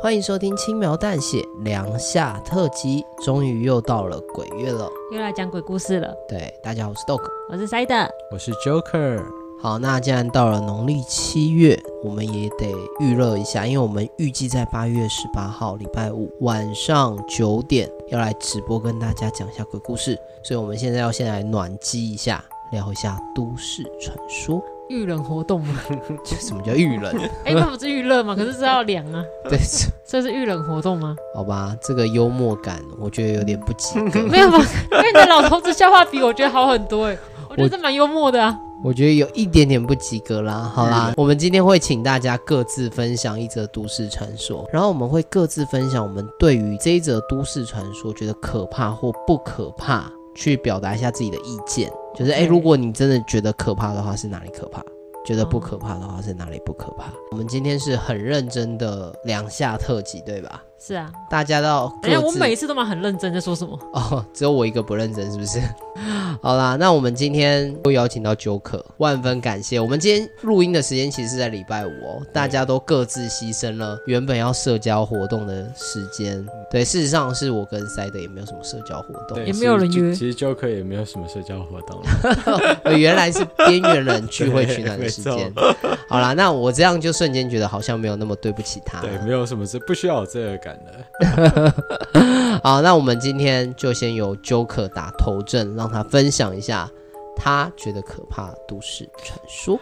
欢迎收听轻描淡写凉夏特辑，终于又到了鬼月了。又来讲鬼故事了。对，大家好，我是 Dog。我是 Side，我是 Joker，好，那既然到了农历七月，我们也得预热一下，因为我们预计在八月十八号礼拜五晚上九点要来直播跟大家讲一下鬼故事，所以我们现在要先来暖机一下，聊一下都市传说。遇冷活动嘛， 这什么叫遇冷？ 哎、那不是预热嘛，可是这要凉啊， 对，这这是遇冷活动 吗？好吧，这个幽默感我觉得有点不及格。没有吧？因为你的老头子笑话比我觉得好很多哎、我觉得这蛮幽默的啊。我觉得有一点点不及格嗯啦。好啦，我们今天会请大家各自分享一则都市传说，然后我们会各自分享我们对于这一则都市传说觉得可怕或不可怕，去表达一下自己的意见。就是，哎、 OK 如果你真的觉得可怕的话，是哪里可怕？觉得不可怕的话，是哪里不可怕？我们今天是很认真的两下特辑，对吧？是啊，大家到各等一下我自每次都蛮很认真在说什么。哦，只有我一个不认真，是不 是？好啦，那我们今天又邀请到 Joker，万分感谢。我们今天录音的时间其实是在礼拜五哦，大家都各自牺牲了原本要社交活动的时间。对，事实上是我跟塞德也没有什么社交活动，对也没有人其实约其实 Joker 也没有什么社交活 动，呃原来是边缘人聚会取暖的时间。好啦，那我这样就瞬间觉得好像没有那么对不起他。对，没有什么是不需要有罪恶感的。好，那我们今天就先由 Joker 打头阵，让他分享一下他觉得可怕的都市传说。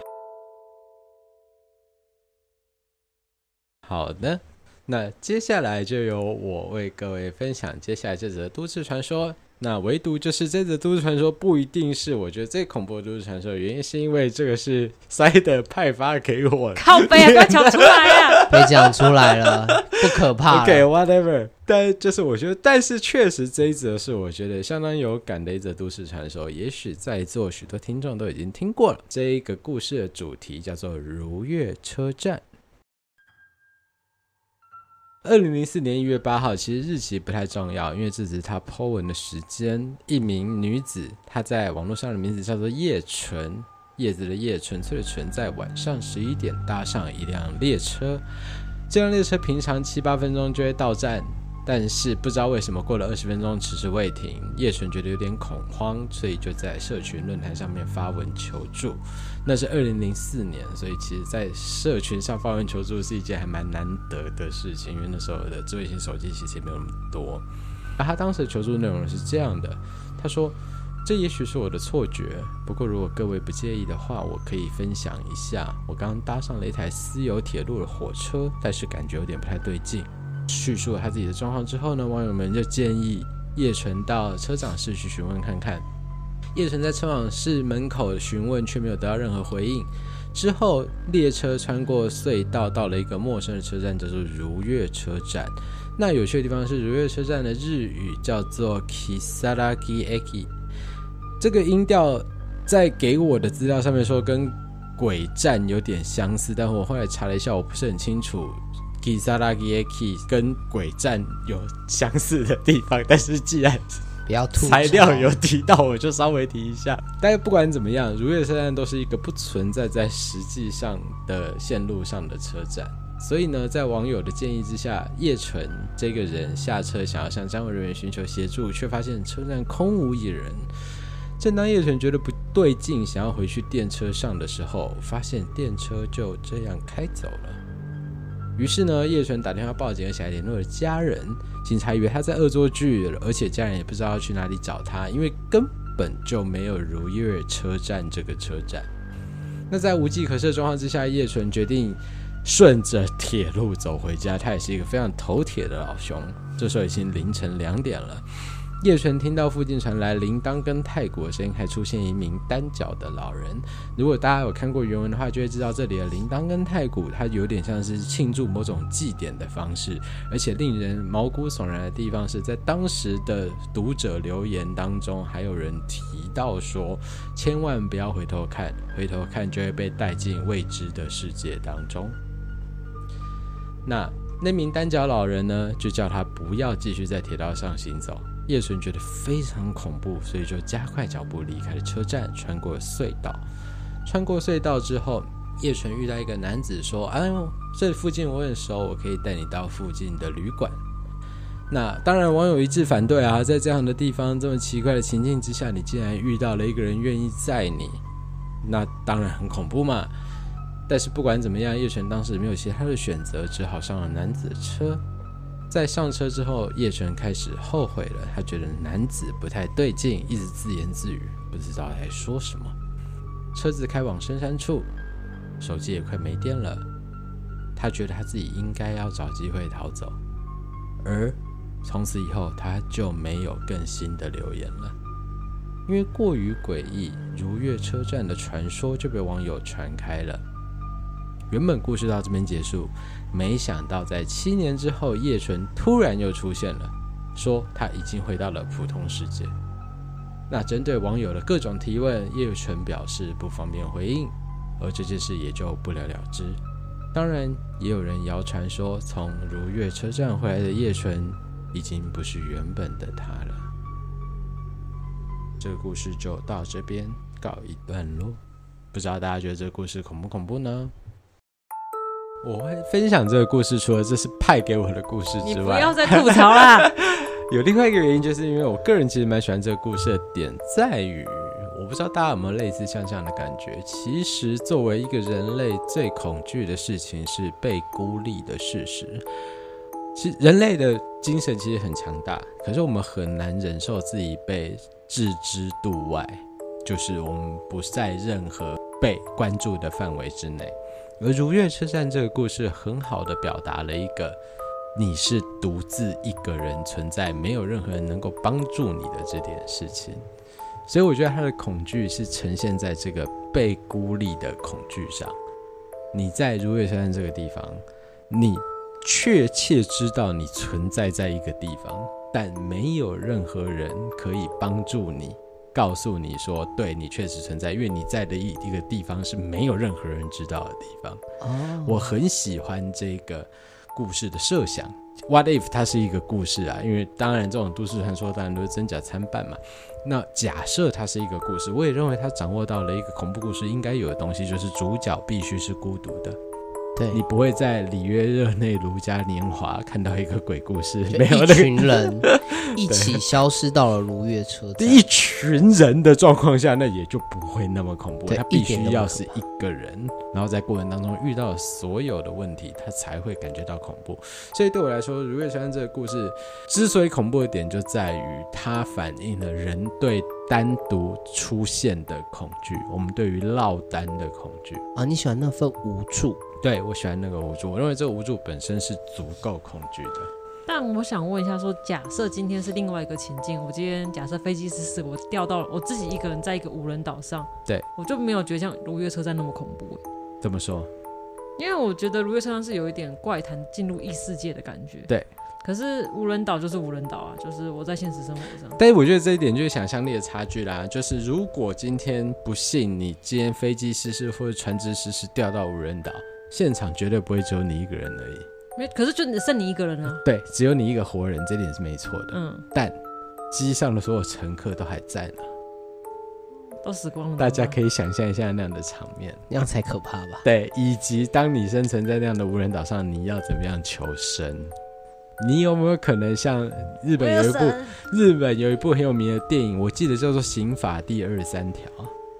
好的，那接下来就由我为各位分享接下来这则都市传说。那唯独就是这则都市传说不一定是我觉得最恐怖的都市传说，原因是因为这个是 Side 派发给我的。靠背啊，不要讲出来 啊！被讲出来了，不可怕了。 OK，whatever、但就是我觉得，但是确实这一则是我觉得相当有感的一则都市传说，也许在座许多听众都已经听过了。这一个故事的主题叫做如月车站。二零零四年一月八号，其实日期不太重要，因为这只是他 Po 文的时间。一名女子，她在网络上的名字叫做叶纯，叶子的叶，纯粹的纯，在晚上十一点搭上一辆列车。这辆列车平常七八分钟就会到站，但是不知道为什么过了二十分钟迟迟未停。叶纯觉得有点恐慌，所以就在社群论坛上面发文求助。那是二零零四年，所以其实，在社群上发文求助是一件还蛮难得的事情，因为那时候的智慧型手机其实也没有那么多。而他当时的求助内容是这样的，他说：“这也许是我的错觉，不过如果各位不介意的话，我可以分享一下。我刚搭上了一台私有铁路的火车，但是感觉有点不太对劲。叙述了他自己的状况之后呢，网友们就建议叶纯到车长室去询问看看。叶纯在车长室门口询问，却没有得到任何回应。之后，列车穿过隧道，到了一个陌生的车站，叫做如月车站。那有趣的地方是，如月车站的日语叫做 Kisaragi Eki，这个音调在给我的资料上面说跟鬼站有点相似，但我后来查了一下，我不是很清楚 Kisaragi Eki 跟鬼站有相似的地方，但是既然不要吐槽材料有提到，我就稍微提一下。但是不管怎么样，如月车站都是一个不存在在实际上的线路上的车站。所以呢，在网友的建议之下，叶纯这个人下车想要向站务人员寻求协助，却发现车站空无一人。正当叶纯觉得不对劲，想要回去电车上的时候，发现电车就这样开走了。于是呢，叶纯打电话报警，而且还联络了家人。警察以为他在恶作剧，而且家人也不知道要去哪里找他，因为根本就没有如月车站这个车站。那在无计可施的状况之下，叶纯决定顺着铁路走回家。他也是一个非常头铁的老兄。这时候已经凌晨两点了，叶纯听到附近传来铃铛跟泰国声音，还出现一名单脚的老人。如果大家有看过原文的话，就会知道这里的铃铛跟太鼓，它有点像是庆祝某种祭典的方式。而且令人毛骨悚然的地方是在当时的读者留言当中，还有人提到说，千万不要回头看，回头看就会被带进未知的世界当中。那那名单脚老人呢，就叫他不要继续在铁道上行走。叶纯觉得非常恐怖，所以就加快脚步离开了车站，穿过隧道。穿过隧道之后，叶纯遇到一个男子说：“哎呦，这附近我很熟，我可以带你到附近的旅馆。”那当然，网友一致反对啊！在这样的地方，这么奇怪的情境之下，你竟然遇到了一个人愿意载你，那当然很恐怖嘛。但是不管怎么样，叶纯当时没有其他的选择，只好上了男子的车。在上车之后，叶纯开始后悔了，他觉得男子不太对劲，一直自言自语，不知道在说什么。车子开往深山处，手机也快没电了。他觉得他自己应该要找机会逃走，而从此以后他就没有更新的留言了，因为过于诡异，如月车站的传说就被网友传开了。原本故事到这边结束，没想到在七年之后，叶纯突然又出现了，说他已经回到了普通世界。那针对网友的各种提问，叶纯表示不方便回应，而这件事也就不了了之。当然，也有人谣传说，从如月车站回来的叶纯已经不是原本的他了。这个故事就到这边告一段落，不知道大家觉得这个故事恐不恐怖呢？我会分享这个故事，除了这是派给我的故事你之不外，要再吐槽啦！有另外一个原因，就是因为我个人其实蛮喜欢这个故事的点，在于我不知道大家有没有类似像这样的感觉。其实，作为一个人类最恐惧的事情是被孤立的事实。其实，人类的精神其实很强大，可是我们很难忍受自己被置之度外，就是我们不在任何被关注的范围之内。而《如月车站》这个故事很好的表达了一个你是独自一个人存在，没有任何人能够帮助你的这件事情。所以我觉得他的恐惧是呈现在这个被孤立的恐惧上。你在如月山这个地方，你确切知道你存在在一个地方，但没有任何人可以帮助你，告诉你说，对你确实存在，因为你在的一一个地方是没有任何人知道的地方。哦，我很喜欢这个故事的设想。What if 它是一个故事啊？因为当然这种都市传说当然都是真假参半嘛。那假设它是一个故事，我也认为它掌握到了一个恐怖故事应该有的东西，就是主角必须是孤独的。对，你不会在里约热内卢加年华看到一个鬼故事，就没有一那个群 人一起消失到了如月车站，一群人的状况下，那也就不会那么恐怖。对他必一点须都不要是一个人，然后在过程当中遇到所有的问题，他才会感觉到恐怖。所以对我来说，《如月山》这个故事之所以恐怖的点，就在于它反映了人对单独出现的恐惧，我们对于落单的恐惧。啊，你喜欢那份无助？对我喜欢那个无助，我认为这个无助本身是足够恐惧的。 但我想问一下说假设今天是另外一个情境，我今天假设飞机失事，我掉到了我自己一个人在一个无人岛上，对我就没有觉得像如月车站那么恐怖、欸这么说？因为我觉得如月车站是有一点怪谈进入异世界的感觉。对。可是无人岛就是无人岛啊，就是我在现实生活上，但是我觉得这一点就是想象力的差距啦。就是如果今天不幸你今天飞机失事或者船只失事掉到无人岛，现场绝对不会只有你一个人而已。没可是就只剩你一个人啊。对，只有你一个活人，这点是没错的。嗯，但机上的所有乘客都还在呢，都死光了。大家可以。以想象一下那样的场面。那样才可怕吧？嗯对，以及当你生存在那样的无人岛上，你要怎么样求生？你有没有可能像日本有一部日本有一部很有名的电影，我记得叫做《刑法第二十三条》。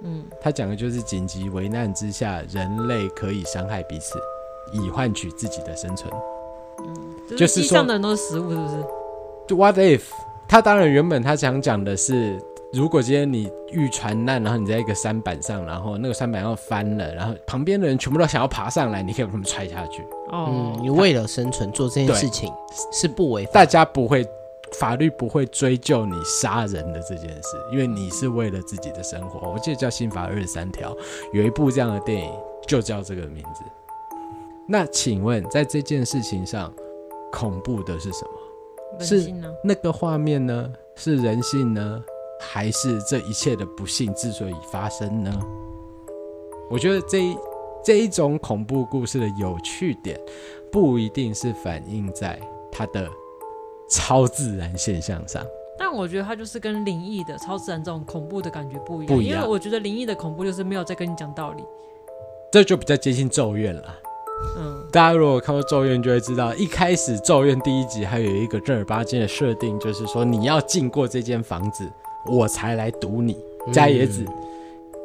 嗯，它讲的就是紧急危难之下，人类可以伤害彼此，以换取自己的生存。就就是是机说上的人都是食物，是不是？就 What if？他当然原本他想讲的是如果今天你遇船难，然后你在一个山板上，然后那个山板要翻了，然后旁边的人全部都想要爬上来，你可以把他们踹下去。哦嗯，，你为了生存做这件事情是不违法大家不会，法律不会追究你杀人的这件事，因为你是为了自己的生活。我记得叫《刑法二十三条》，有一部这样的电影就叫这个名字。那请问，在这件事情上，恐怖的是什么？人是性啊呢？那个画面呢？是人性呢，还是这一切的不幸之所以发生呢？我觉得这一这一种恐怖故事的有趣点，不一定是反映在它的超自然现象上。但我觉得它就是跟灵异的、超自然这种恐怖的感觉不一样，不一样因为我觉得灵异的恐怖就是没有在跟你讲道理。这就比较接近《咒怨》了。嗯，大家如果看过《咒怨》，就会知道，一开始《咒怨》第一集还有一个正儿八经的设定，就是说你要进过这间房子，我才来堵你。加野子、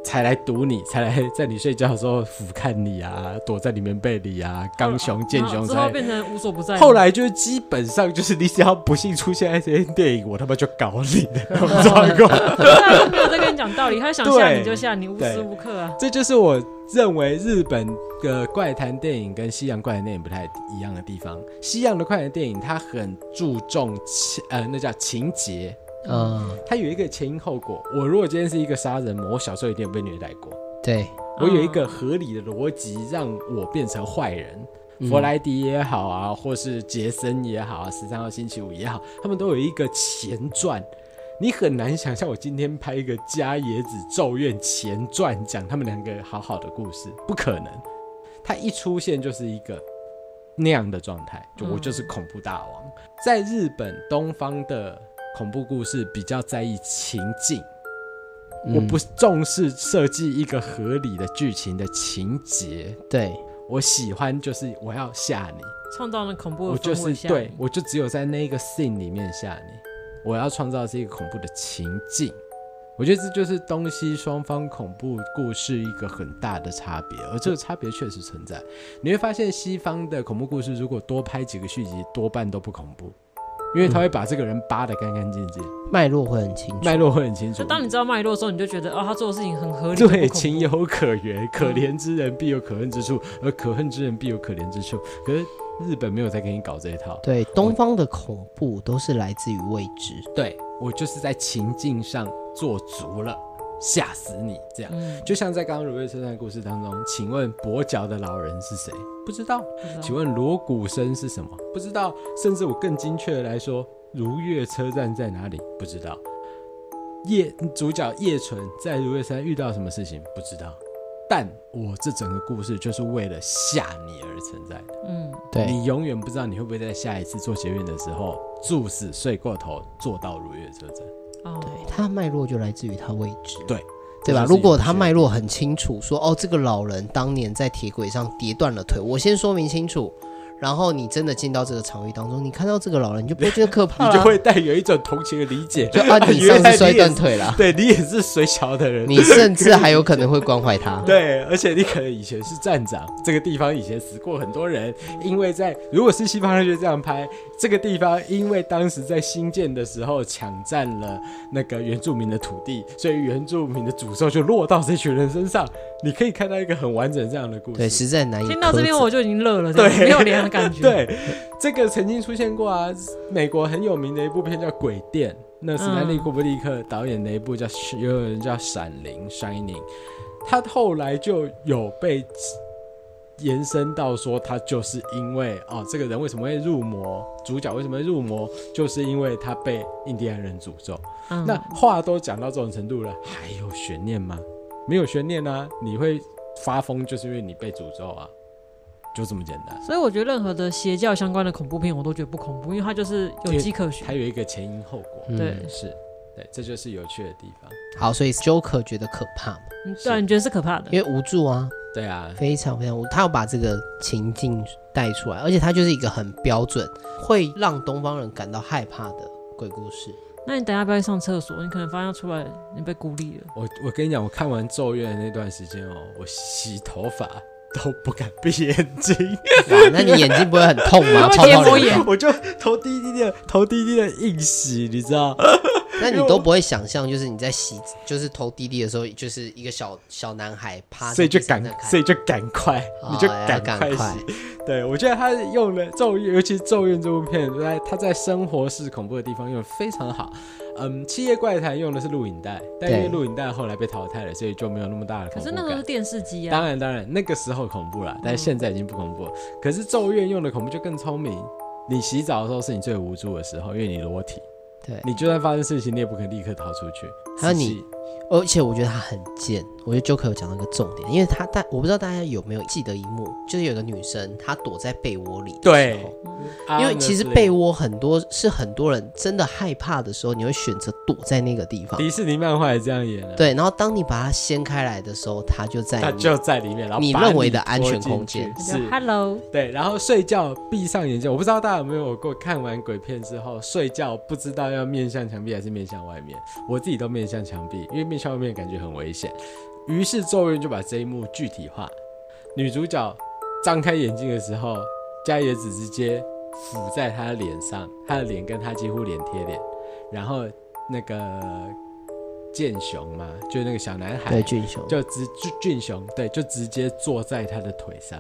才来堵你，才来在你睡觉的时候俯瞰你啊，躲在你棉被里啊，刚熊见然后熊哦之后才。变成无所不在。后来就是基本上就是你只要不幸出现在这些电影，我他妈就搞你的那种状况。 他就没有在跟你讲道理，他想吓对你就吓你，无时对无刻啊。这就是我认为日本的怪谈电影跟西洋怪谈电影不太一样的地方。西洋的怪谈电影它很注重情，呃，那叫情节，嗯，它有一个前因后果。我如果今天是一个杀人魔，我小时候一定有被虐待过。对，我有一个合理的逻辑，让我变成坏人。弗莱迪也好啊，或是杰森也好啊，十三号星期五也好，他们都有一个前传。你很难想象，我今天拍一个加野子咒怨前传，讲他们两个好好的故事，不可能。他一出现就是一个那样的状态，就我就是恐怖大王。在日本东方的恐怖故事比较在意情境，嗯我不重视设计一个合理的剧情的情节，对，我喜欢就是我要吓你，创造了恐怖我的氛就围是吓对你我就只有在那一个 scene 里面吓你，我要创造是一个恐怖的情境。我觉得这就是东西双方恐怖故事一个很大的差别，而这个差别确实存在。你会发现西方的恐怖故事如果多拍几个续集，多半都不恐怖，因为他会把这个人扒得干干净净，脉络会很清楚脉。络会很清楚就。当你知道脉络的时候，你就觉得哦，他做的事情很合理，很对，不恐怖情有可原，可怜之人必有可恨之处，而可恨之人必有可怜之处。可是日本没有在给你搞这一套，对，东方的恐怖都是来自于未知。对我就是在情境上做足了，吓死你这样。嗯，就像在刚刚《如月车站》的故事当中，请问跛脚的老人是谁？不知道。不知道嗯请问锣鼓声是什么？不知道。甚至我更精确的来说，如月车站在哪里？不知道。叶主角叶纯在如月山遇到什么事情？不知道。但我这整个故事就是为了吓你而存在的。嗯，对，你永远不知道你会不会在下一次做捷运的时候猝死睡过头，坐到如月车站。哦，对，它的脉络就来自于它未知。对，对吧？这就是如一个果不确他定脉络很清楚，说哦，这个老人当年在铁轨上跌断了腿，我先说明清楚。然后你真的进到这个场域当中，你看到这个老人，你就不会觉得可怕 你了、就会带有一种同情的理解。就啊，你上原来次 摔你也断是腿了， 对你也是水小的人，你甚至还有可能会关怀 他。对，而且你可能以前是站长，这个地方以前死过很多人，因为在如果是西方人就这样拍，这个地方因为当时在新建的时候抢占了那个原住民的土地，所以原住民的诅咒就落到这群人身上。你可以看到一个很完整这样的故对，事。实在难以苛责。听到这边我就已经乐了，对这样没有脸的感觉。， 对，这个曾经出现过啊，美国很有名的一部片叫《鬼店》，那史丹利·嗯库布里克导演的一部叫《有人叫《闪灵》（Shining），他后来就有被延伸到说，他就是因为哦，这个人为什么会入魔，主角为什么会入魔，就是因为他被印第安人诅咒。嗯、那话都讲到这种程度了，还有悬念吗？没有悬念啊，你会发疯就是因为你被诅咒啊，就这么简单。所以我觉得任何的邪教相关的恐怖片，我都觉得不恐怖，因为它就是有迹可循它。有一个前因后果。嗯对是，对，这就是有趣的地方。好，所以 Joker 觉得可怕嘛，嗯对啊，你觉得是可怕的？因为无助啊，对啊，非常非常无，他要把这个情境带出来，而且他就是一个很标准，会让东方人感到害怕的鬼故事。那你等一下不要去上厕所，你可能发现出来你被孤立了。我我跟你讲，我看完《咒怨》的那段时间哦，我洗头发都不敢闭眼睛，哇，那你眼睛不会很痛吗？会超结到膜流炎血我就头低低的头低低的硬洗，你知道？那你都不会想象，就是你在洗，就是投滴滴的时候，就是一个小小男孩趴在所以就地上赶在，看所以就赶快，哦你就要赶赶快洗。快对，我觉得他用了《咒怨》，尤其是《咒怨》这部片，在他在生活式恐怖的地方用的非常好。嗯，《七夜怪谈》用的是录影带，但因为对录影带后来被淘汰了，所以就没有那么大的可恐怖是那个都感是。电视机啊当，然，当然，那个时候恐怖嗯了，但是现在已经不恐怖了。可是《咒怨》用的恐怖就更聪明。你洗澡的时候是你最无助的时候，因为你裸体，对，你就算发生事情，你也不可能立刻逃出去。还有自你己而且我觉得他很贱，我觉得 Joker 有讲到一个重点，因为他大我不知道大家有没有记得一幕，就是有个女生她躲在被窝里的时对候，因为其实被窝很多是很多人真的害怕的时候，你会选择躲在那个地方。迪士尼漫画也这样演了，对，然后当你把它掀开来的时候，它就在他里就在里面，然后你把认为的安全拖进空间去就是 Hello，对，然后睡觉闭上眼睛，我不知道大家有没有过看完鬼片之后睡觉不知道要面向墙壁还是面向外面，我自己都面向墙壁，因为面向外面感觉很危险。于是咒怨就把这一幕具体化，女主角张开眼睛的时候，加野子直接俯在她的脸上，她的脸跟她几乎脸贴脸，然后那个剑雄嘛，就是那个小男孩对，俊雄，就直俊俊雄，对，就直接坐在他的腿上。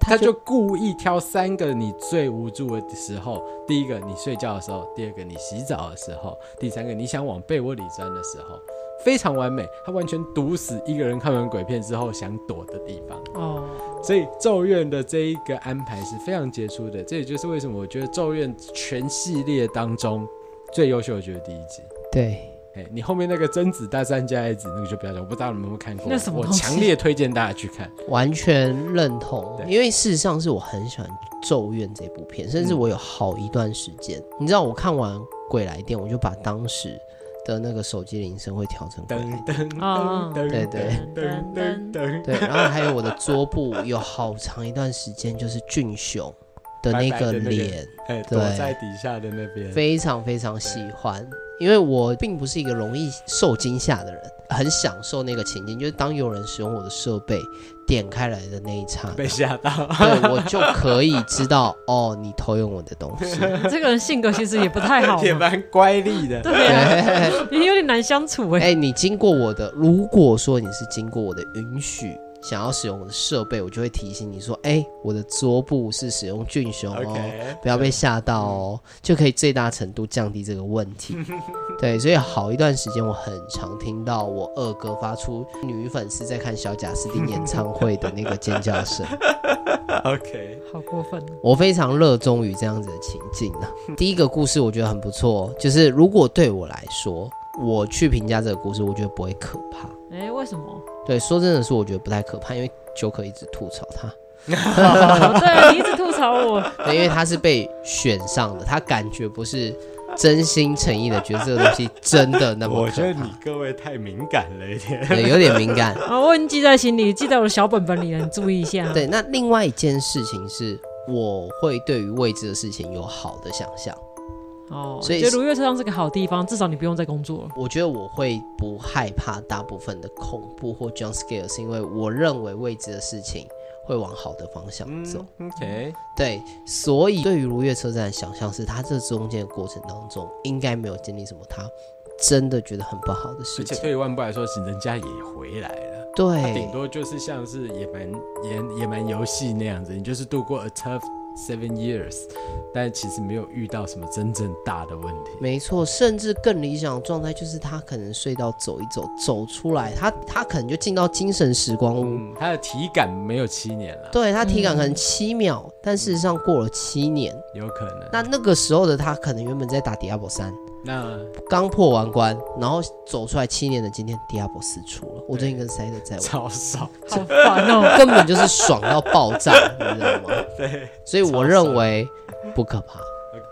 他他就故意挑三个你最无助的时候：第一个你睡觉的时候，第二个你洗澡的时候，第三个你想往被窝里钻的时候，非常完美。他完全堵死一个人看完鬼片之后想躲的地方。哦，所以《咒怨》的这一个安排是非常杰出的，这也就是为什么我觉得《咒怨》全系列当中最优秀，我觉得第一集。对，哎，你后面那个贞子大战加一子那个就不要讲，我不知道你们有没有看过，那什么我东西强烈推荐大家去看。完全认同，对因为事实上是我很喜欢《咒怨》这部片，甚至嗯我有好一段时间，你知道我看完《鬼来电》，我就把当时的那个手机铃声会调成鬼噔来电，噔哦噔噔，对对噔噔噔，对，然后还有我的桌布有好长一段时间就是俊雄的那白白个的那个脸，哎，对躲在底下的那边，非常非常喜欢，因为我并不是一个容易受惊吓的人，很享受那个情境，就是当有人使用我的设备点开来的那一刹那被。吓到。对我就可以知道哦，你偷用我的东西， 这个人性格其实也不太好嘛，也蛮乖戾的，对 啊，也有点难相处哎、哎、你经过我的，如果说你是经过我的允许，想要使用我的设备，我就会提醒你说，哎、我的桌布是使用俊雄哦 OK 不要被吓到哦，就可以最大程度降低这个问题。对，所以好一段时间，我很常听到我二哥发出女粉丝在看小贾斯汀演唱会的那个尖叫声。 OK，好过分哦、我非常热衷于这样子的情境啊。第一个故事我觉得很不错，就是如果对我来说，我去评价这个故事，我觉得不会可怕。哎、为 什么？对，说真的是我觉得不太可怕，因为九可一直吐槽他，哦对啊，你一直吐槽我，对，因为他是被选上的，他感觉不是真心诚意的觉得这个东西真的那么我觉可得怕你，各位太敏感了一点。对，有点敏感。啊，我已经记在心里，记在我的小本本里了，你注意一下。对，那另外一件事情是，我会对于未知的事情有好的想象。哦，所以觉得如月车上是个好地方，至少你不用再工作了。我觉得我会不害怕大部分的恐怖或 jump scare，是因为我认为未知的事情会往好的方向嗯走。嗯 OK，对，所以对于如月车站的想象是，他这中间的过程当中应该没有经历什么他真的觉得很不好的而事且情。退一万步来说，是人家也回来了，他顶对，多就是像是野蛮野野蛮游戏那样子，你就是度过 a tough seven years，但其实没有遇到什么真正大的问题。没错，甚至更理想的状态就是他可能隧道走一走，走出来，他他可能就进到精神时光屋，嗯，他的体感没有七年了，对他体感可能七秒，但事实上过了七年，有可能。那那个时候的他可能原本在打 Diablo 三。那 刚破完关，然后走出来七年的今天，迪亚博四出了。我最近跟塞德在玩，超少，好烦哦！根本就是爽到爆炸，你知道吗？对，所以我认为不可怕。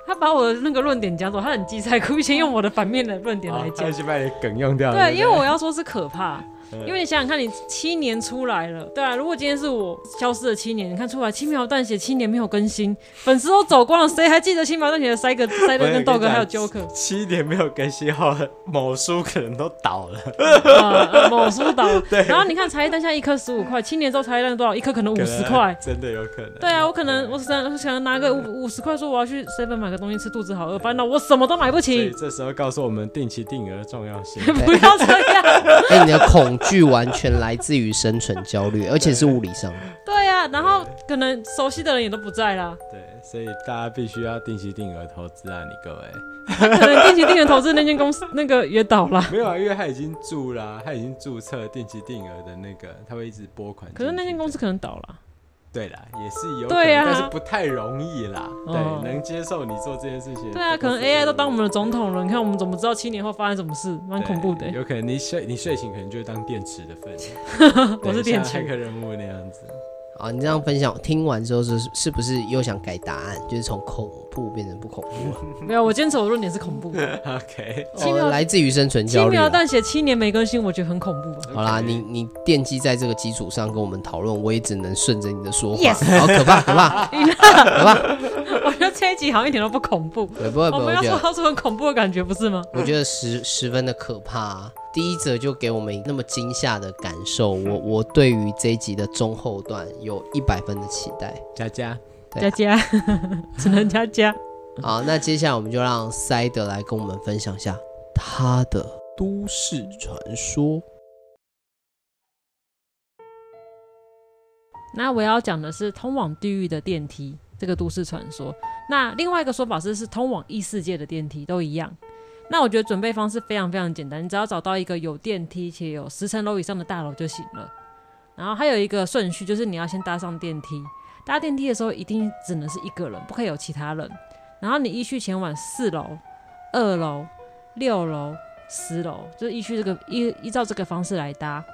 他把我的那个论点讲走，他很鸡塞，故意先用我的反面的论点来他 讲。去把你的梗用掉了。对，啊不因为我要说是可怕，因为你想想看，你七年出来了，对啊，如果今天是我消失了七年，你看出来轻描淡写七年没有更新，粉丝都走光了，谁还记得轻描淡写的塞格、塞勒跟豆哥还有 Joker？七年没有更新后，某书可能都倒了，呃，某书岛。然后你看茶叶蛋现在一颗十五块，七年之后茶叶蛋多少？一颗可能五十块。真的有可能。对啊，我可能我想我想拿嗯个五五十块，说我要去 seven 买个东西吃，肚子好饿，烦恼我什么都买不所以起。这时候告诉我们定期定额的重 要性。不要这样， 哎、你的恐惧完全来自于生存焦虑，而且是物理上的。对啊，然后可能熟悉的人也都不在啦，对，所以大家必须要定期定额投资啊，你各位。他可能定期定额投资那间公司那个也倒啦。没有啊，因为他已经注啦、他已经注册定期定额的那个，他会一直拨款进去。可是那间公司可能倒了，对啦，也是有可能，对啊但是不太容易啦。哦对，能接受你做这件事情。对啊，可能 AI 都当我们的总统了，你看我们怎么知道七年后发生什么事？蛮恐怖的、对有可能你睡你睡醒可能就会当电池的份， 我是电对像骇池，客人物那样子。 啊，你这样分享听完之后是是不是又想改答案？就是从恐怖变成不恐怖了？没有，我坚持我的论点是 恐怖。 OK，轻描哦，来自于生存轻焦虑啊、描淡写七年没更新，我觉得很恐怖 吧。好啦，你你奠基在这个基础上跟我们讨论，我也只能顺着你的说法。好可怕，可怕，可怕！我觉得这一集好像一点都不恐怖。对不会不会，我们我要觉说得它是很恐怖的感觉，不是吗？我觉得十十分的可怕、啊。第一则就给我们那么惊吓的感受，我我对于这一集的中后段有一百分的期待。佳佳， 对加加， 只能加加。好，那接下来我们就让塞德来跟我们分享一下他的都市传说。那我要讲的是通往地狱的电梯，这个都市传说。那另外一个说法是是通往异世界的电梯，都一样。那我觉得准备方式非常非常简单，你只要找到一个有电梯且有十层楼以上的大楼就行了。然后还有一个顺序，就是你要先搭上电梯。搭电梯的时候一定只能是一个人，不可以有其他人。然后你依序前往四楼、二楼、六楼、十楼，就是依序这个依依照这个方式来搭。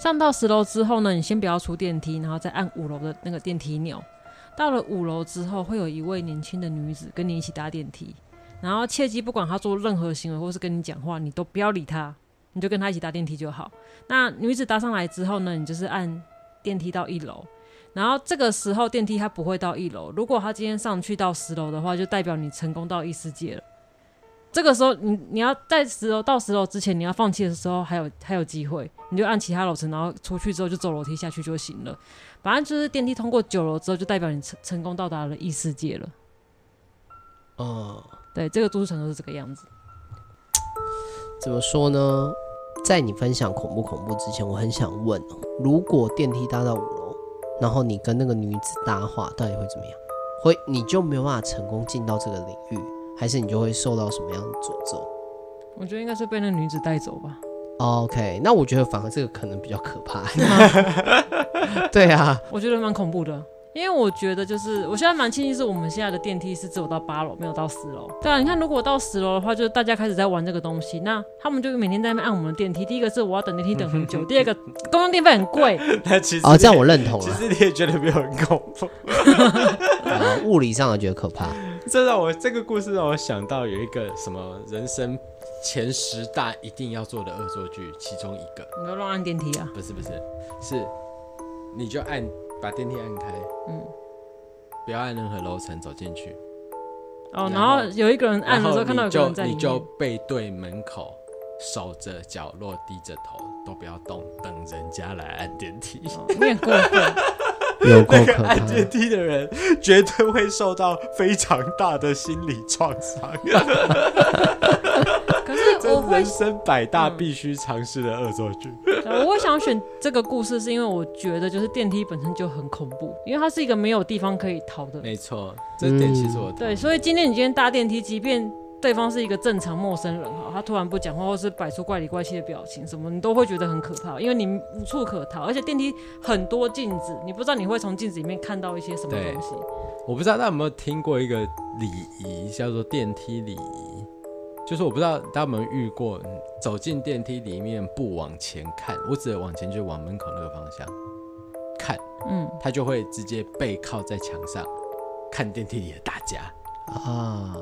上到十楼之后呢，你先不要出电梯，然后再按五楼的那个电梯钮。到了五楼之后，会有一位年轻的女子跟你一起搭电梯，然后切记不管她做任何行为或是跟你讲话，你都不要理她，你就跟她一起搭电梯就好。那女子搭上来之后呢，你就是按电梯到一楼。然后这个时候电梯它不会到一楼，如果她今天上去到十楼的话，就代表你成功到异世界了。这个时候你你要在十楼到十楼之前，你要放弃的时候还有还有机会，你就按其他楼层，然后出去之后就走楼梯下去就行了。反正就是电梯通过九楼之后，就代表你成成功到达了异世界了。嗯，对，这个都市传说是这个样子。怎么说呢？在你分享恐怖恐怖之前，我很想问哦，如果电梯搭到五楼，然后你跟那个女子搭话，到底会怎么样？会你就没有办法成功进到这个领域，还是你就会受到什么样的诅咒哦我觉得应该是被那个女子带走吧。 ？OK，那我觉得反而这个可能比较可 怕。对啊，我觉得蛮恐怖的，因为我觉得就是我现在蛮庆幸是我们现在的电梯是只有到八楼，没有到十楼。对啊，你看如果到十楼的话，就是大家开始在玩这个东西，那他们就每天在那边按我们的电梯。第一个是我要等电梯等很久，第二个公用电费很贵，那其实哦，这样你我认同 其了，实你也觉得没有很恐怖， 呃物理上的觉得可怕。这让我这个故事让我想到有一个什么人生前十大一定要做的恶作剧，其中一个你不要乱按电梯啊！不是不是是，你就按把电梯按开，嗯，不要按任何楼层走进去，哦，然然后后有一个人按然的时后候，看到有个你就人在里你面就背对门口，守着角落，低着头，都不要动，等人家来按电 梯。哦 你很过分。有够那个可怕按！电梯的人绝对会受到非常大的心理创伤，可是 我这 会嗯人生百大必须尝试的恶作剧。对，我会想选这个故事，是因为我觉得就是电梯本身就很恐怖，因为它是一个没有地方可以逃的。没错，这点其实我对，所以今天你今天搭电梯，即便对方是一个正常陌生人哈，他突然不讲话，或是摆出怪里怪气的表情什么，你都会觉得很可怕，因为你无处可逃，而且电梯很多镜子，你不知道你会从镜子里面看到一些什么对东西。我不知道大家有没有听过一个礼仪，叫做电梯礼仪，就是我不知道大家有没有遇过，嗯走进电梯里面不往前看，我指的往前就是往门口那个方向看，嗯，他就会直接背靠在墙上看电梯里的大家。 啊，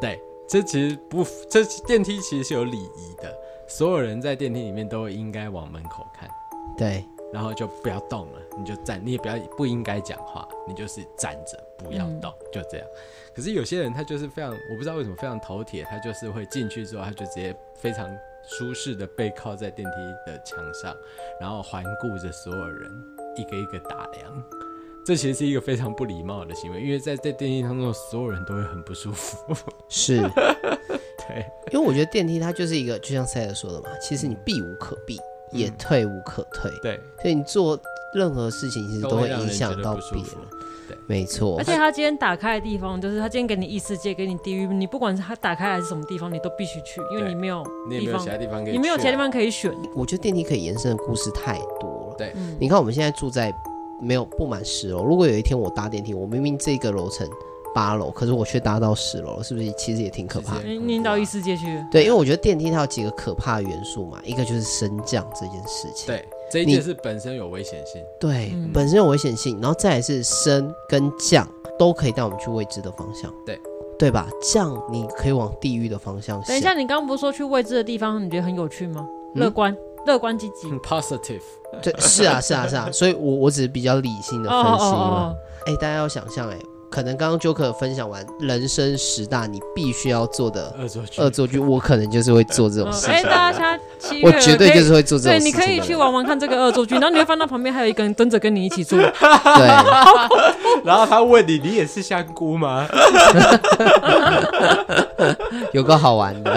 对，这其实不，这电梯其实是有礼仪的，所有人在电梯里面都应该往门口看，对，然后就不要动了，你就站，你也不要不应该讲话，你就是站着不要动，嗯就这样。可是有些人他就是非常，我不知道为什么非常头铁，他就是会进去之后，他就直接非常舒适的背靠在电梯的墙上，然后环顾着所有人，一个一个打量。这其实是一个非常不礼貌的行为，因为在在电梯当中，所有人都会很不舒服。是 对，因为我觉得电梯它就是一个，就像塞尔说的嘛，其实你避无可避，也嗯退无可退，对，所以你做任何事情其实都都会会让影人响觉得到不舒别服人对。没错而，且他今天打开的地方，就是他今天给你异世界，给你地狱，你不管是他打开还是什么地方，你都必须去，因为对你没有你也地没有方其，他地方可以去啊，你没有其他地方可以选。我觉得电梯可以延伸的故事太多了。嗯，你看我们现在住在没有不满十楼，如果有一天我搭电梯，我明明这个楼层八楼，可是我却搭到十楼，是不是其实也挺可啊怕的？你你到异世界去了，对，因为我觉得电梯它有几个可怕的元素嘛，一个就是升降这件事情，对，这一你件事本身有危险性。对嗯本身有危险性，然后再来是升跟降都可以带我们去未知的方向，对对吧？降你可以往地狱的方向等一想，下，你刚刚不是说去未知的地方，你觉得很有趣吗？嗯乐观，乐观积极。 positive，对，是啊，是啊， 是啊，所以我我只是比较理性的哦嗯分析嘛。哦哎、大家要想象，哎，可能刚刚 Joker 分享完人生十大你必须要做的恶作剧，嗯恶作剧，我可能就是会做这哦种哦，事哎，情，大家现在七月我绝对可以就是会做这对，种事你情可的人。以去玩玩看这个恶作剧，然后你会翻到旁边还有一个人蹲着跟你 一起做，对， 然后他问你，你也是香菇吗？ 有个好玩的。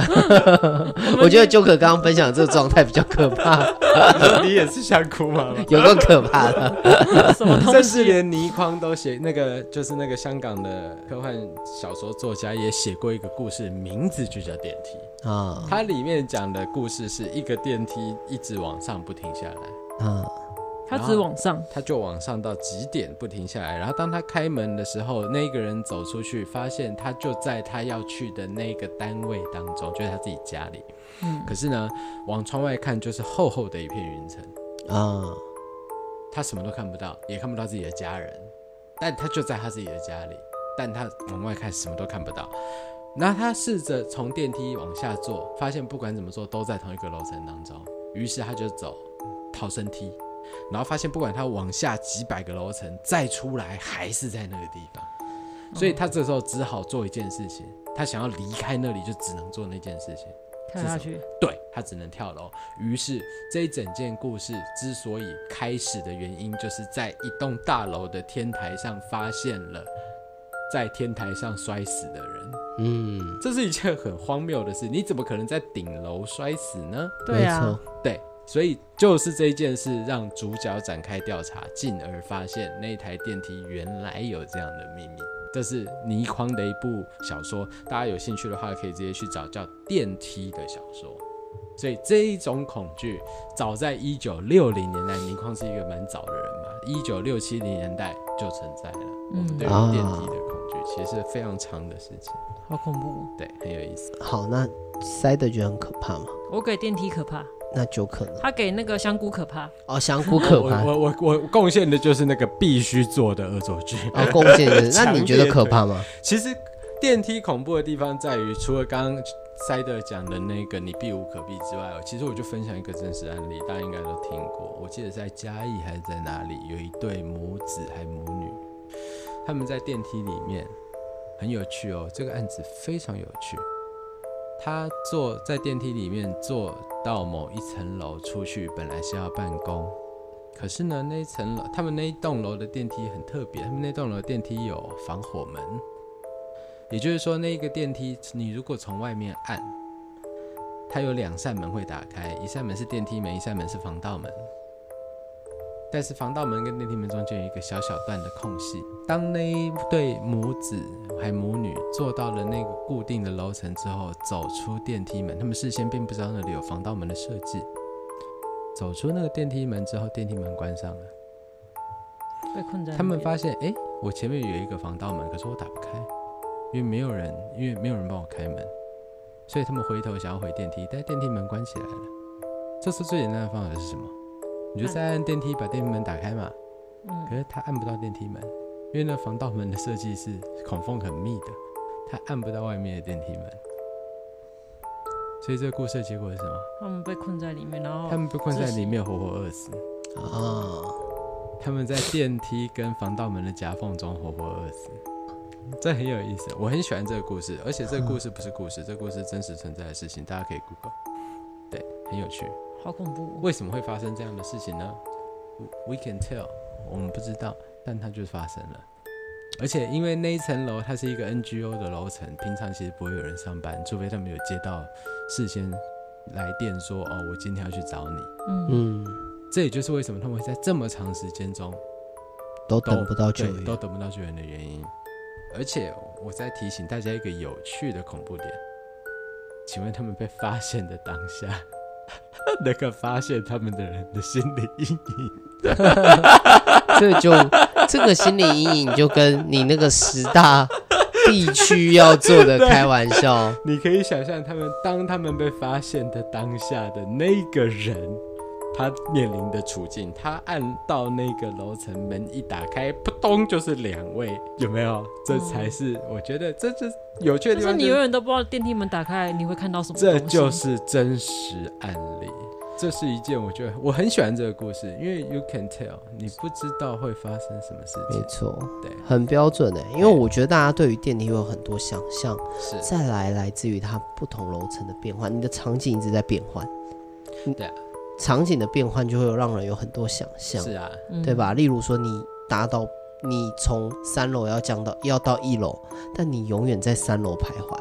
我觉得 Joker 刚刚分享的这个状态比较可怕，你也是香菇吗？ 有个可怕的。什么 甚东至西？连倪匡都写，那个就是那个香港的科幻小说作家也写过一个故事，名字就叫《电梯》。啊它里面讲的故事是一个电梯一直往上不停下来，啊，他只往上，它就往上到极点不停下来。然后当他开门的时候，那个人走出去，发现他就在他要去的那个单位当中，就是他自己家里。嗯可是呢，往窗外看就是厚厚的一片云层。啊他什么都看不到，也看不到自己的家人，但他就在他自己的家里，但他往外看什么都看不到。那他试着从电梯往下坐，发现不管怎么做都在同一个楼层当中，于是他就走逃生梯，然后发现不管他往下几百个楼层再出来，还是在那个地方，所以他这时候只好做一件事情，他想要离开那里就只能做那件事情。跳下去，对他只能跳楼。于是这一整件故事之所以开始的原因，就是在一栋大楼的天台上发现了在天台上摔死的人。嗯，这是一件很荒谬的事，你怎么可能在顶楼摔死呢？对没啊错，对，所以就是这一件事让主角展开调查，进而发现那台电梯原来有这样的秘密。这是倪匡的一部小说，大家有兴趣的话可以直接去找叫《电梯》的小说。所以这一种恐惧，早在一九六零年代，倪匡是一个蛮早的人嘛，一九六七零年代就存在了。我们嗯对啊于电梯的恐惧，其实是非常长的事情，好恐怖哦！对，很有意思。好，那塞德觉得很可怕吗？我给电梯可怕，那 Joker 呢？他给那个香菇可怕，哦，香菇可怕。我我我我贡献的就是那个必须做的恶作 剧。哦，贡献人，那你觉得可怕吗？其实电梯恐怖的地方在于，除了刚刚塞德讲的那个你避无可避之外，其实我就分享一个真实案例，大家应该都听过。我记得在嘉义还是在哪里，有一对母子还母女，他们在电梯里面很有趣哦，这个案子非常有趣。他坐在电梯里面坐到某一层楼出去，本来是要办公，可是呢那一层楼，他们那一栋楼的电梯很特别，他们那栋楼的电梯有防火门，也就是说，那一个电梯，你如果从外面按，它有两扇门会打开，一扇门是电梯门，一扇门是防盗门。但是防盗门跟电梯门中间有一个小小段的空隙。当那一对母子还母女坐到了那个固定的楼层之后，走出电梯门，他们事先并不知道那里有防盗门的设计。走出那个电梯门之后，电梯门关上了。被困在那边他们发现，诶，我前面有一个防盗门，可是我打不开，因为没有人，因为没有人帮我开门，所以他们回头想要回电梯，但电梯门关起来了。这时候最简单的方法是什么？你就再按电梯把电梯门打开嘛。嗯可是他按不到电梯门，因为那防盗门的设计是孔缝很密的，他按不到外面的电梯门，所以这个故事的结果是什么？他们被困在里面，然后他们被困在里面，活活饿死。啊，他们在电梯跟防盗门的夹缝中活活饿死，这很有意思。我很喜欢这个故事，而且这个故事不是故事，这个故事真实存在的事情，大家可以 Google。对，很有趣。好恐怖、哦。为什么会发生这样的事情呢？We we can tell，我们不知道，但它就是发生了。而且因为那一层楼它是一个 NGO 的楼层，平常其实不会有人上班，除非他们有接到事先来电说哦，我今天要去找你。嗯，嗯，这也就是为什么他们会在这么长时间中都等不到救对都援。等不到救援的原因。而且我再提醒大家一个有趣的恐怖点，请问他们被发现的当下，那个发现他们的人的心理阴影，这 就这个心理阴影，就跟你那个十大地区要做的开玩笑。你可以想象他们当他们被发现的当下的那个人，他面临的处境。他按到那个楼层门一打开，扑通就是两位，有没有？这才是、我觉得这就是有趣但是的地嗯方、就你是永远都不知道电梯门打开你会看到什么东这西。就是真实案例。这是一件我觉得我很喜欢这个故事，因为 you can tell 你不知道会发生什么事 没情。错，对很标准诶、因为我觉得大家对于电梯会有很多想象，是再来来自于它不同楼层的变换，你的场景一直在变换，嗯对啊场景的变换就会有让人有很多想象，是啊，嗯对？吧？例如说你搭到你从三楼要降到要到一楼，但你永远在三楼徘徊，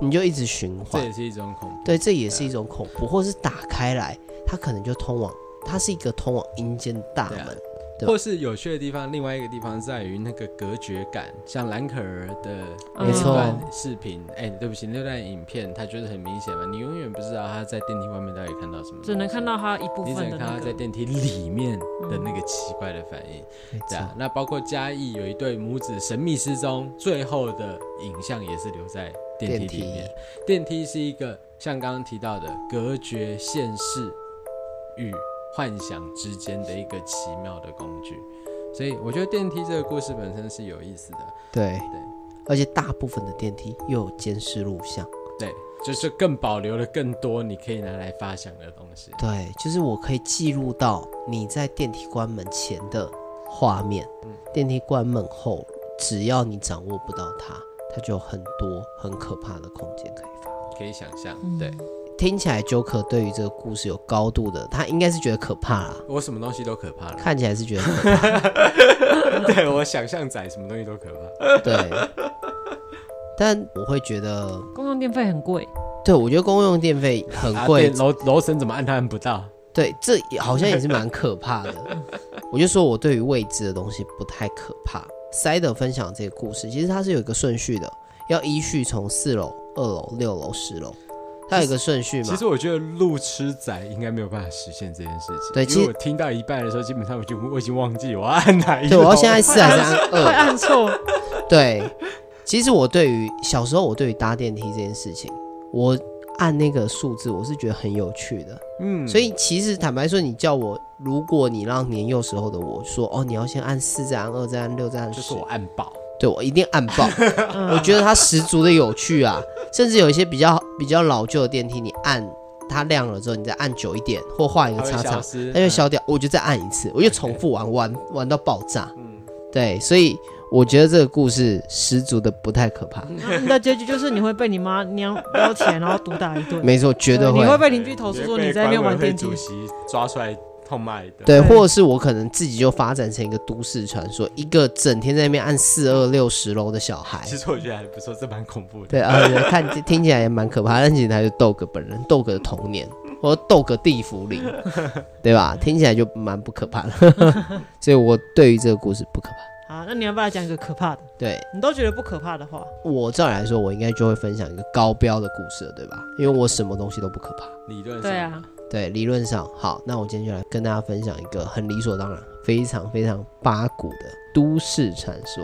你就一直循这环也，是一种恐怖。对，这也是一种恐啊怖，或是打开来，它可能就通往，它是一个通往阴间大对啊门，对吧或是有趣的地方，另外一个地方在于那个隔绝感，像蓝可儿的嗯没那错段视频，哎、对不起，那段影片它就是很明显嘛，你永远不知道他在电梯外面到底看到什么，只能看，到它一部你只分的能看那到在个。电梯里面的那个奇怪的反应。没对错啊，那包括嘉义有一对母子神秘失踪，最后的影像也是留在电电梯里面梯。电梯是一个像刚刚提到的隔绝现实与幻想之间的一个奇妙的工具，所以我觉得电梯这个故事本身是有意思的。对而且大部分的电梯又有监视录像。对，就是更保留了更多你可以拿来发想的东西。对，就是我可以记录到你在电梯关门前的画面，嗯电梯关门后，只要你掌握不到它，它就有很多很可怕的空间可以发挥。可以想象，嗯对听起来 Joker 对于这个故事有高度的，他应该是觉得可怕啦，我什么东西都可怕了，看起来是觉得可 对我想象仔什么东西都可怕。怕对， 但我会觉得，公用电费很贵，对我觉得公用电费很啊贵对，楼楼层怎么按它按不到？对，这也好像也是蛮可怕的。我就说我对于未知的东西不太可怕。塞德分享这个故事，其实它是有一个顺序的，要依序从四楼、二楼、六楼、十楼，它有一个顺序其嘛实？我觉得路痴仔应该没有办法实现这件事情。对因其为实我听到一半的时候，基本上我就我已经忘记我要 按哪一对，楼我要先按四啊还是按 会二？按错。对，其实我对于小时候我对于搭电梯这件事情，我按那个数字我是觉得很有趣的。嗯，所以其实坦白说，你叫我，如果你让年幼时候的我说，哦，你要先按四，再按二，再按六，再按就十是，我按爆。对我一定按爆。嗯我嗯我觉得它十足的有趣啊，甚至有一些比较比较老旧的电梯，你按它亮了之后，你再按久一点，或画一个它会叉叉消，失，它就嗯消掉，我就再按一次，我就重复玩玩玩到爆炸。对，所以我觉得这个故事十足的不太可怕，得你的结局就是你会被你妈娘撩起来，然后毒打一顿。没错，绝对你会会。嗯被邻居投诉说你在那边玩电梯主。席抓出来痛骂一顿。对，对或者是我可能自己就发展成一个都市传说，一个整天在那边按四二六十楼的小孩其，实我觉得还不错，这蛮恐怖的。对，呃，看听起来也蛮可怕，但其实他就豆哥本人，豆哥的童年，或者豆哥地府里，对吧？听起来就蛮不可怕的， 所以我对于这个故事不可怕。好，啊那你要不要讲一个可怕的？对你都觉得不可怕的话，我照理来说，我应该就会分享一个高标的故事了，对吧？因为我什么东西都不可怕。理论上对，啊，对，理论上好，那我今天就来跟大家分享一个很理所当然、非常非常八股的都市传说。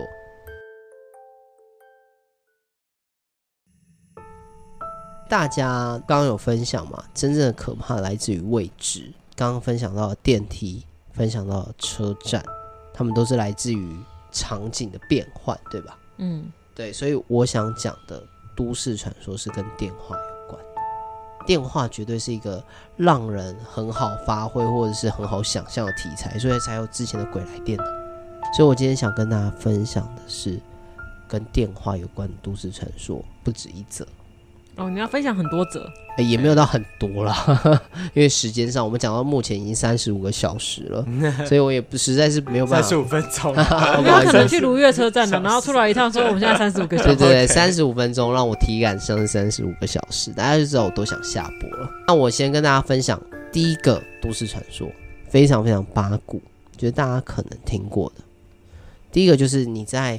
大家刚刚有分享嘛？真正的可怕来自于位置。刚刚分享到的电梯，分享到的车站，他们都是来自于场景的变换，对吧？嗯，对，所以我想讲的都市传说是跟电话有关。电话绝对是一个让人很好发挥或者是很好想象的题材，所以才有之前的鬼来电呢。所以我今天想跟大家分享的是跟电话有关的都市传说，不止一则。哦，你要分享很多则，欸也没有到很多啦， 因为时间上我们讲到目前已经三十五个小时 了，所以我也不实在是没有办法 三十。五分钟，啊哦因为他可能去如月车站了，然后出来一趟说我们现在三十五个小对时，对对，三十五分钟让我体感像是三十五个小时，大家就知道我多想下播了。那我先跟大家分享第一个都市传说，非常非常八股，觉得大家可能听过的。第一个就是你在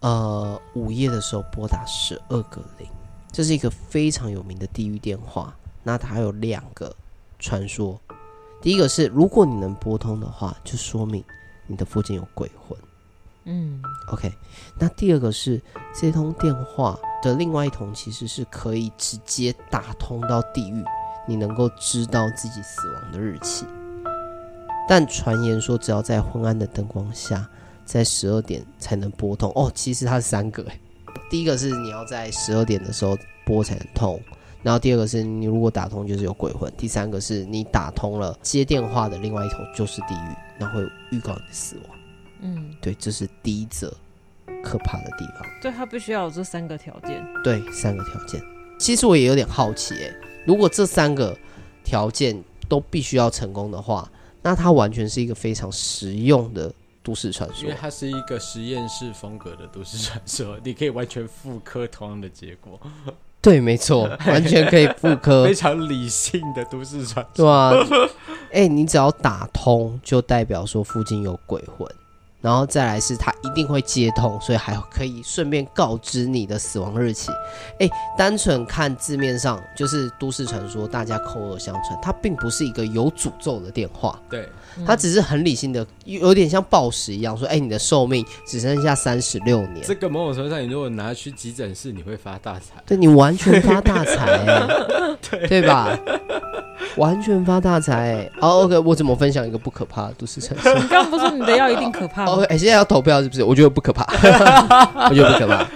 呃午夜的时候拨打十二个零，这是一个非常有名的地狱电话。那它有两个传说，第一个是如果你能拨通的话，就说明你的附近有鬼魂。嗯， OK，那第二个是这通电话的另外一通，其实是可以直接打通到地狱，你能够知道自己死亡的日期。但传言说，只要在昏暗的灯光下，在十二点才能拨通。哦，其实它是三个诶。第一个是你要在十二点的时候拨才能通，然后第二个是你如果打通就是有鬼魂，第三个是你打通了接电话的另外一头就是地狱，那会预告你的死亡。嗯，对，这是第一则可怕的地方。对他必须要有这三个条件，对，三个条件。其实我也有点好奇、欸，如果这三个条件都必须要成功的话，那它完全是一个非常实用的都市传因说为。它是一个实验室风格的都市传说，你可以完全复刻同样的结果，对，没错，完全可以复刻 非。常理性的都市传说。对啊，哎、你只要打通，就代表说附近有鬼魂，然后再来是它一定会接通，所以还可以顺便告知你的死亡日期。哎、单纯看字面上就是都市传说，大家口耳相传，它并不是一个有诅咒的电话，对，嗯它只是很理性的，有有点像暴食一样说，哎、你的寿命只剩下三十六年，这个某种程度上，你如果拿去急诊室，你会发大财。对你完全发大财、欸，对吧？完全发大财、欸。哦、o k 我怎么分享一个不可怕的都市传说？你刚刚不是说你的药一定可怕哦，吗？哎、现在要投票是不是？我觉得不可怕，我觉得不可怕。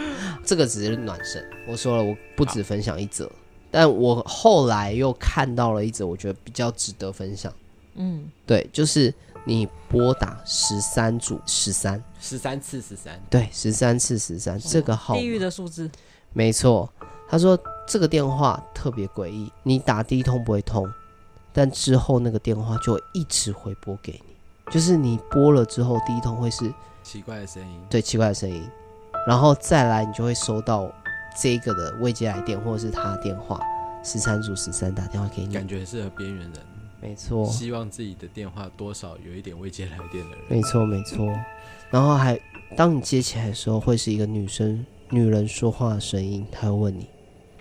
这个只是暖身，我说了，我不只分享一则，但我后来又看到了一则，我觉得比较值得分享。嗯，对，就是你拨打十三组十三，十三次十三，对，十三次十三这个号码地狱的数字，没错，他说这个电话特别诡异，你打第一通不会通，但之后那个电话就会一直回拨给你，就是你拨了之后，第一通会是奇怪的声音。对奇怪的声音，然后再来你就会收到这个的未接来电或者是他的电话，十三组十三打电话给你感，觉很适合边缘人，没错，希望自己的电话多少有一点未接来电的人。没错没错，然后还当你接起来的时候，会是一个女生女人说话的声音，她会问你。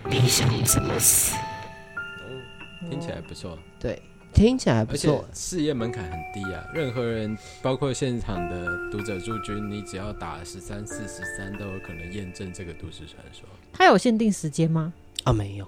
听起来不错，对，听起来不而错且，试验门槛很低啊，任何人，包括现场的读者驻军，你只要打十三四十三，都有可能验证这个都市传说。它有限定时间吗？啊，没有，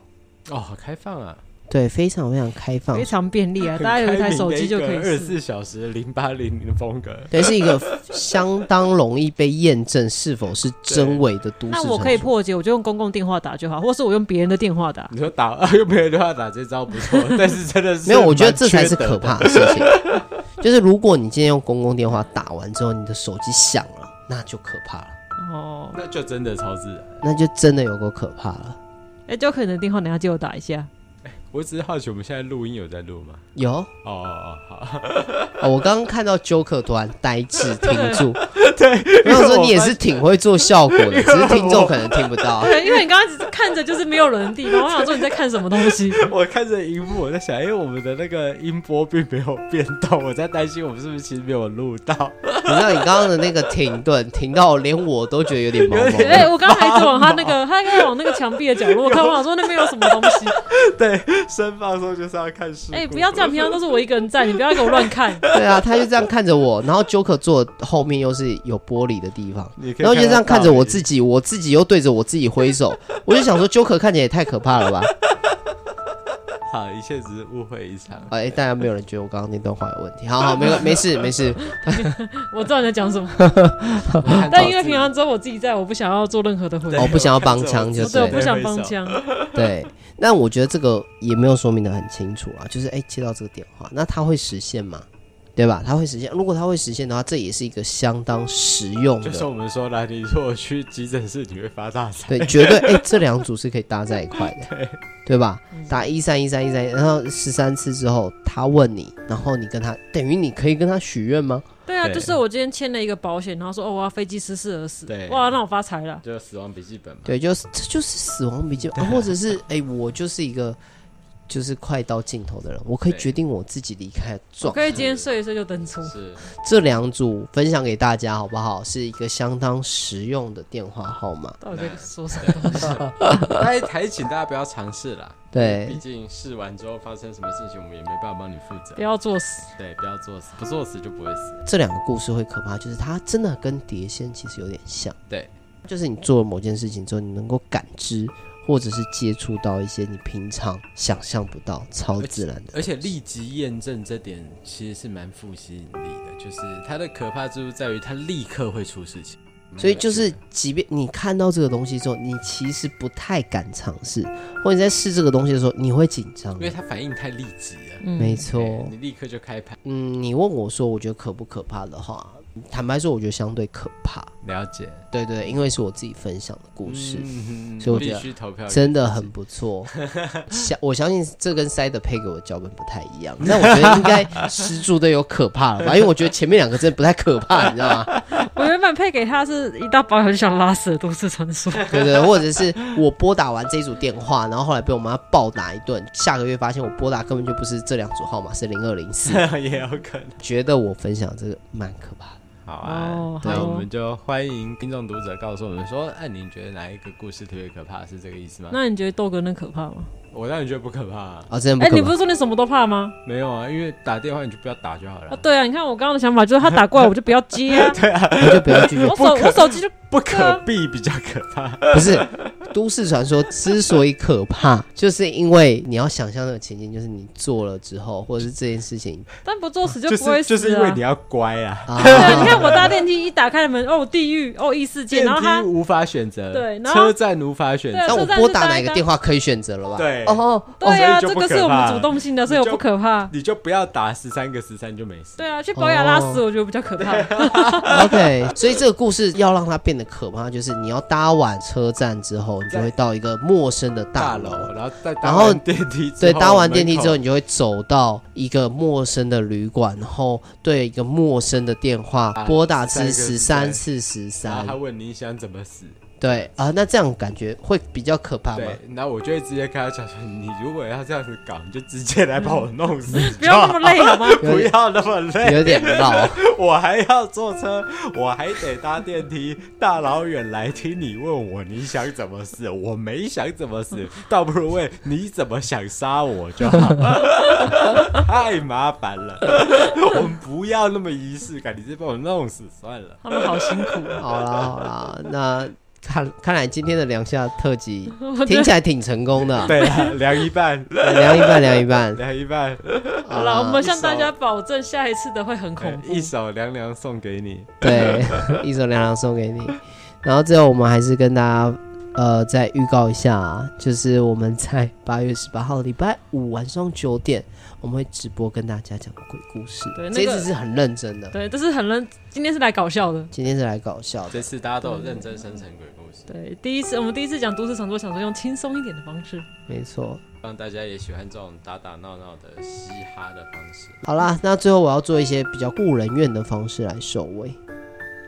哦，好开放啊！对，非常非常开放非，常便利啊，大家有一台手机就可以二试。十四小时零八零零的风格。对，是一个相当容易被验证是否是真伪的都市那传我可以说。破解，我就用公共电话打就好，或是我用别人的电话打。你说打 又没有电话打这招不 错，但是真的是没有，我觉得蛮这才缺是德可的。怕的事情。就是如果你今天用公共电话打完之后，你的手机响了，那就可怕了，哦，那就真的超自然。那就真的有够可怕了。哎，就可能电话等一下借我打一下。我只是好奇，我们现在录音有在录吗？有，哦哦哦，好。哦我刚刚看到 Joker 突然呆滞停住，对，我想因为说我你也是挺会做效果的，只是听众可能听不到。对， 因为你刚刚只是看着就是没有人的地方，我想说你在看什么东 西。 我看着荧幕，我在想，因哎为我们的那个音波并没有变动，我在担心我们是不是其实没有录到。你知道你刚刚的那个停顿，停到连我都觉得有点毛毛的。哎，我刚刚还一直往他那个，他刚才往那个墙壁的角落看，我想说那边有什么东西。对，深放松就是要看书。哎，不要这样，平常都是我一个人在，你不要给我乱看。对啊，他就这样看着我，然后 Joker 坐后面又是有玻璃的地方，你可以然后就这样看着我自己。己，我自己又对着我自己挥手，我就想说 Joker 看起来也太可怕了吧。好，一切只是误会一场。 哎、大家没有人觉得我刚刚那段话有问题。好好，没 有没事没事，我知道你在讲什么，我看到但因为自平己常只有我自己在，我不想要做任何的回对我应，不想要帮我腔看就着我对，我对不了想帮腔。对。那我觉得这个也没有说明的很清楚啊，就是哎、接到这个电话，那它会实现吗？对吧？它会实现。如果它会实现的话，这也是一个相当实用就是的，我们说啦，你如果去急诊室，你会发大财。对，绝对哎、这两组是可以搭在一块的， 对吧？打一三一三一三，然后十三次之后，他问你，然后你跟他等于你可以跟他许愿吗？对啊，对就是我今天签了一个保险，然后说哦，我要飞机失事而死对，哇，那我发财了。 就死亡笔记本嘛。对，就是这就是死亡笔记本，啊或者是哎、我就是一个就是快到尽头的人，我可以对决定我自己离开的我状可以今天睡一睡就登出， 是，这两组分享给大家好不好？是一个相当实用的电话号码。到底在说什么？还还哎请大家不要尝试啦。毕对，竟试完之后发生什么事情，我们也没办法帮你负责不。要作死。对，不要作死，不作死就不会死。这两个故事会可怕，就是它真的跟碟仙其实有点像。对，就是你做了某件事情之后，你能够感知或者是接触到一些你平常想象不到、超自然的。而且立即验证这点其实是蛮负吸引力的，就是它的可怕之处在于它立刻会出事情。所以就是，即便你看到这个东西之后，你其实不太敢尝试，或者你在试这个东西的时候，你会紧张因。为它反应太立即了，嗯，没错。对你立刻就开盘。嗯，你问我说，我觉得可不可怕的话，坦白说，我觉得相对可怕。了解，对对，因为是我自己分享的故事，嗯所以我觉必得须投票。真的很不错。相我相信这跟塞德配给我的脚本不太一样，但我觉得应该十足的有可怕了吧？因为我觉得前面两个真的不太可怕，你知道吗？我原本配给他是一大包很想拉屎的都市传说，对对，或者是我拨打完这一组电话，然后后来被我妈暴打一顿，下个月发现我拨打根本就不是这两组号码，是零二零四， 也有可能。觉得我分享这个蛮可怕的。好啊，哦那好我哦们就欢迎听众读者告诉我们说，哎、你觉得哪一个故事特别可怕？是这个意思吗？那你觉得豆哥那可怕吗？我当然觉得不可怕、啊，啊、真的哎，不你可不怕。是说你什么都怕吗？没有啊，因为打电话你就不要打就好了。啊，对啊，你看我刚刚的想法就是他打过来我就不要接啊，我就不要拒绝我手我手机就不对啊可避比较可怕。不是，都市传说之所以可怕，就是因为你要想象那个情景，就是你做了之后，或者是这件事情但不作死就就不会死是就是因为啊你。要乖啊， 啊，对啊，你看我搭电梯一打开门，哦，地狱，哦，异世界，电然后他梯无法选择，对然后车站无法选对啊 择，那我拨打哪个电话可以选择了吧？对哦，对呀、所这以就不个是可我们怕主动性的，所以我你就不可怕。你就不要打十三个十三就没事。对啊，去保雅拉屎，我觉得比较可怕。哦 OK，所以这个故事要让它变得可怕，就是你要搭完车站之后，你就会到一个陌生的大大楼楼。，然后再然搭后完电梯之后，对，搭完电梯之后，门你就会走到一个陌生的旅馆，然后对一个陌生的电话啊拨打至十13三个啊次十口，然后三他。问你想怎么死，对啊、那这样感觉会比较可怕吗？对，然后我就会直接跟他讲说，你如果要这样子搞，你就直接来把我弄死，嗯不要那么累好吗？ 有不要那么累，有点绕。 我还要坐车，我还得搭电梯，大老远来听你问我你想怎么死，我没想怎么 死，倒不如问你怎么想杀我就好，太麻烦了， 我们不要那么仪式感，你直接把我弄死算了。他们好辛苦 啊。好啦好啦，那看看来今天的两下特 辑我觉听得起来挺成功的，对啊，量一半，量一半量一半。量一半，好了，我们向一首大家保证，下一次的会很恐怖一。首凉凉送给你。 对，一首凉凉送给你。然后最后我们还是跟大家呃再预告一下、啊，就是我们在八月十八号礼拜五晚上九点，我们会直播跟大家讲鬼故事。对那个这次是很认真的，对，这是很认，今天是来搞笑的。今天是来搞笑的。这次大家都有认真生成鬼故事，对，第一次我们第一次讲都市传说，想说用轻松一点的方式。没错。让大家也喜欢这种打打闹闹的嘻哈的方式，好啦，那最后我要做一些比较故人怨的方式来收尾。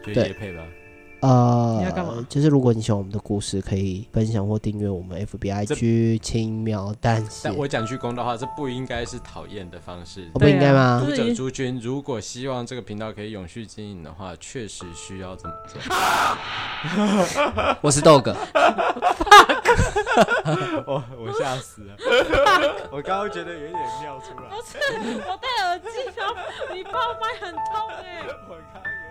就对也配吧。呃，你要干嘛就是如果你喜欢我们的故事，可以分享或订阅我们 FBIG 轻描淡写但，我讲句公道话，这不应该是讨厌的方式。哦我不应该吗对啊？读这者是诸君，如果希望这个频道可以永续经营的话，确实需要这么做。啊我是豆哥，我哦我吓死了，我刚刚觉得有哦点尿出来，我戴耳机，然后你爆麦很痛哎、我刚刚。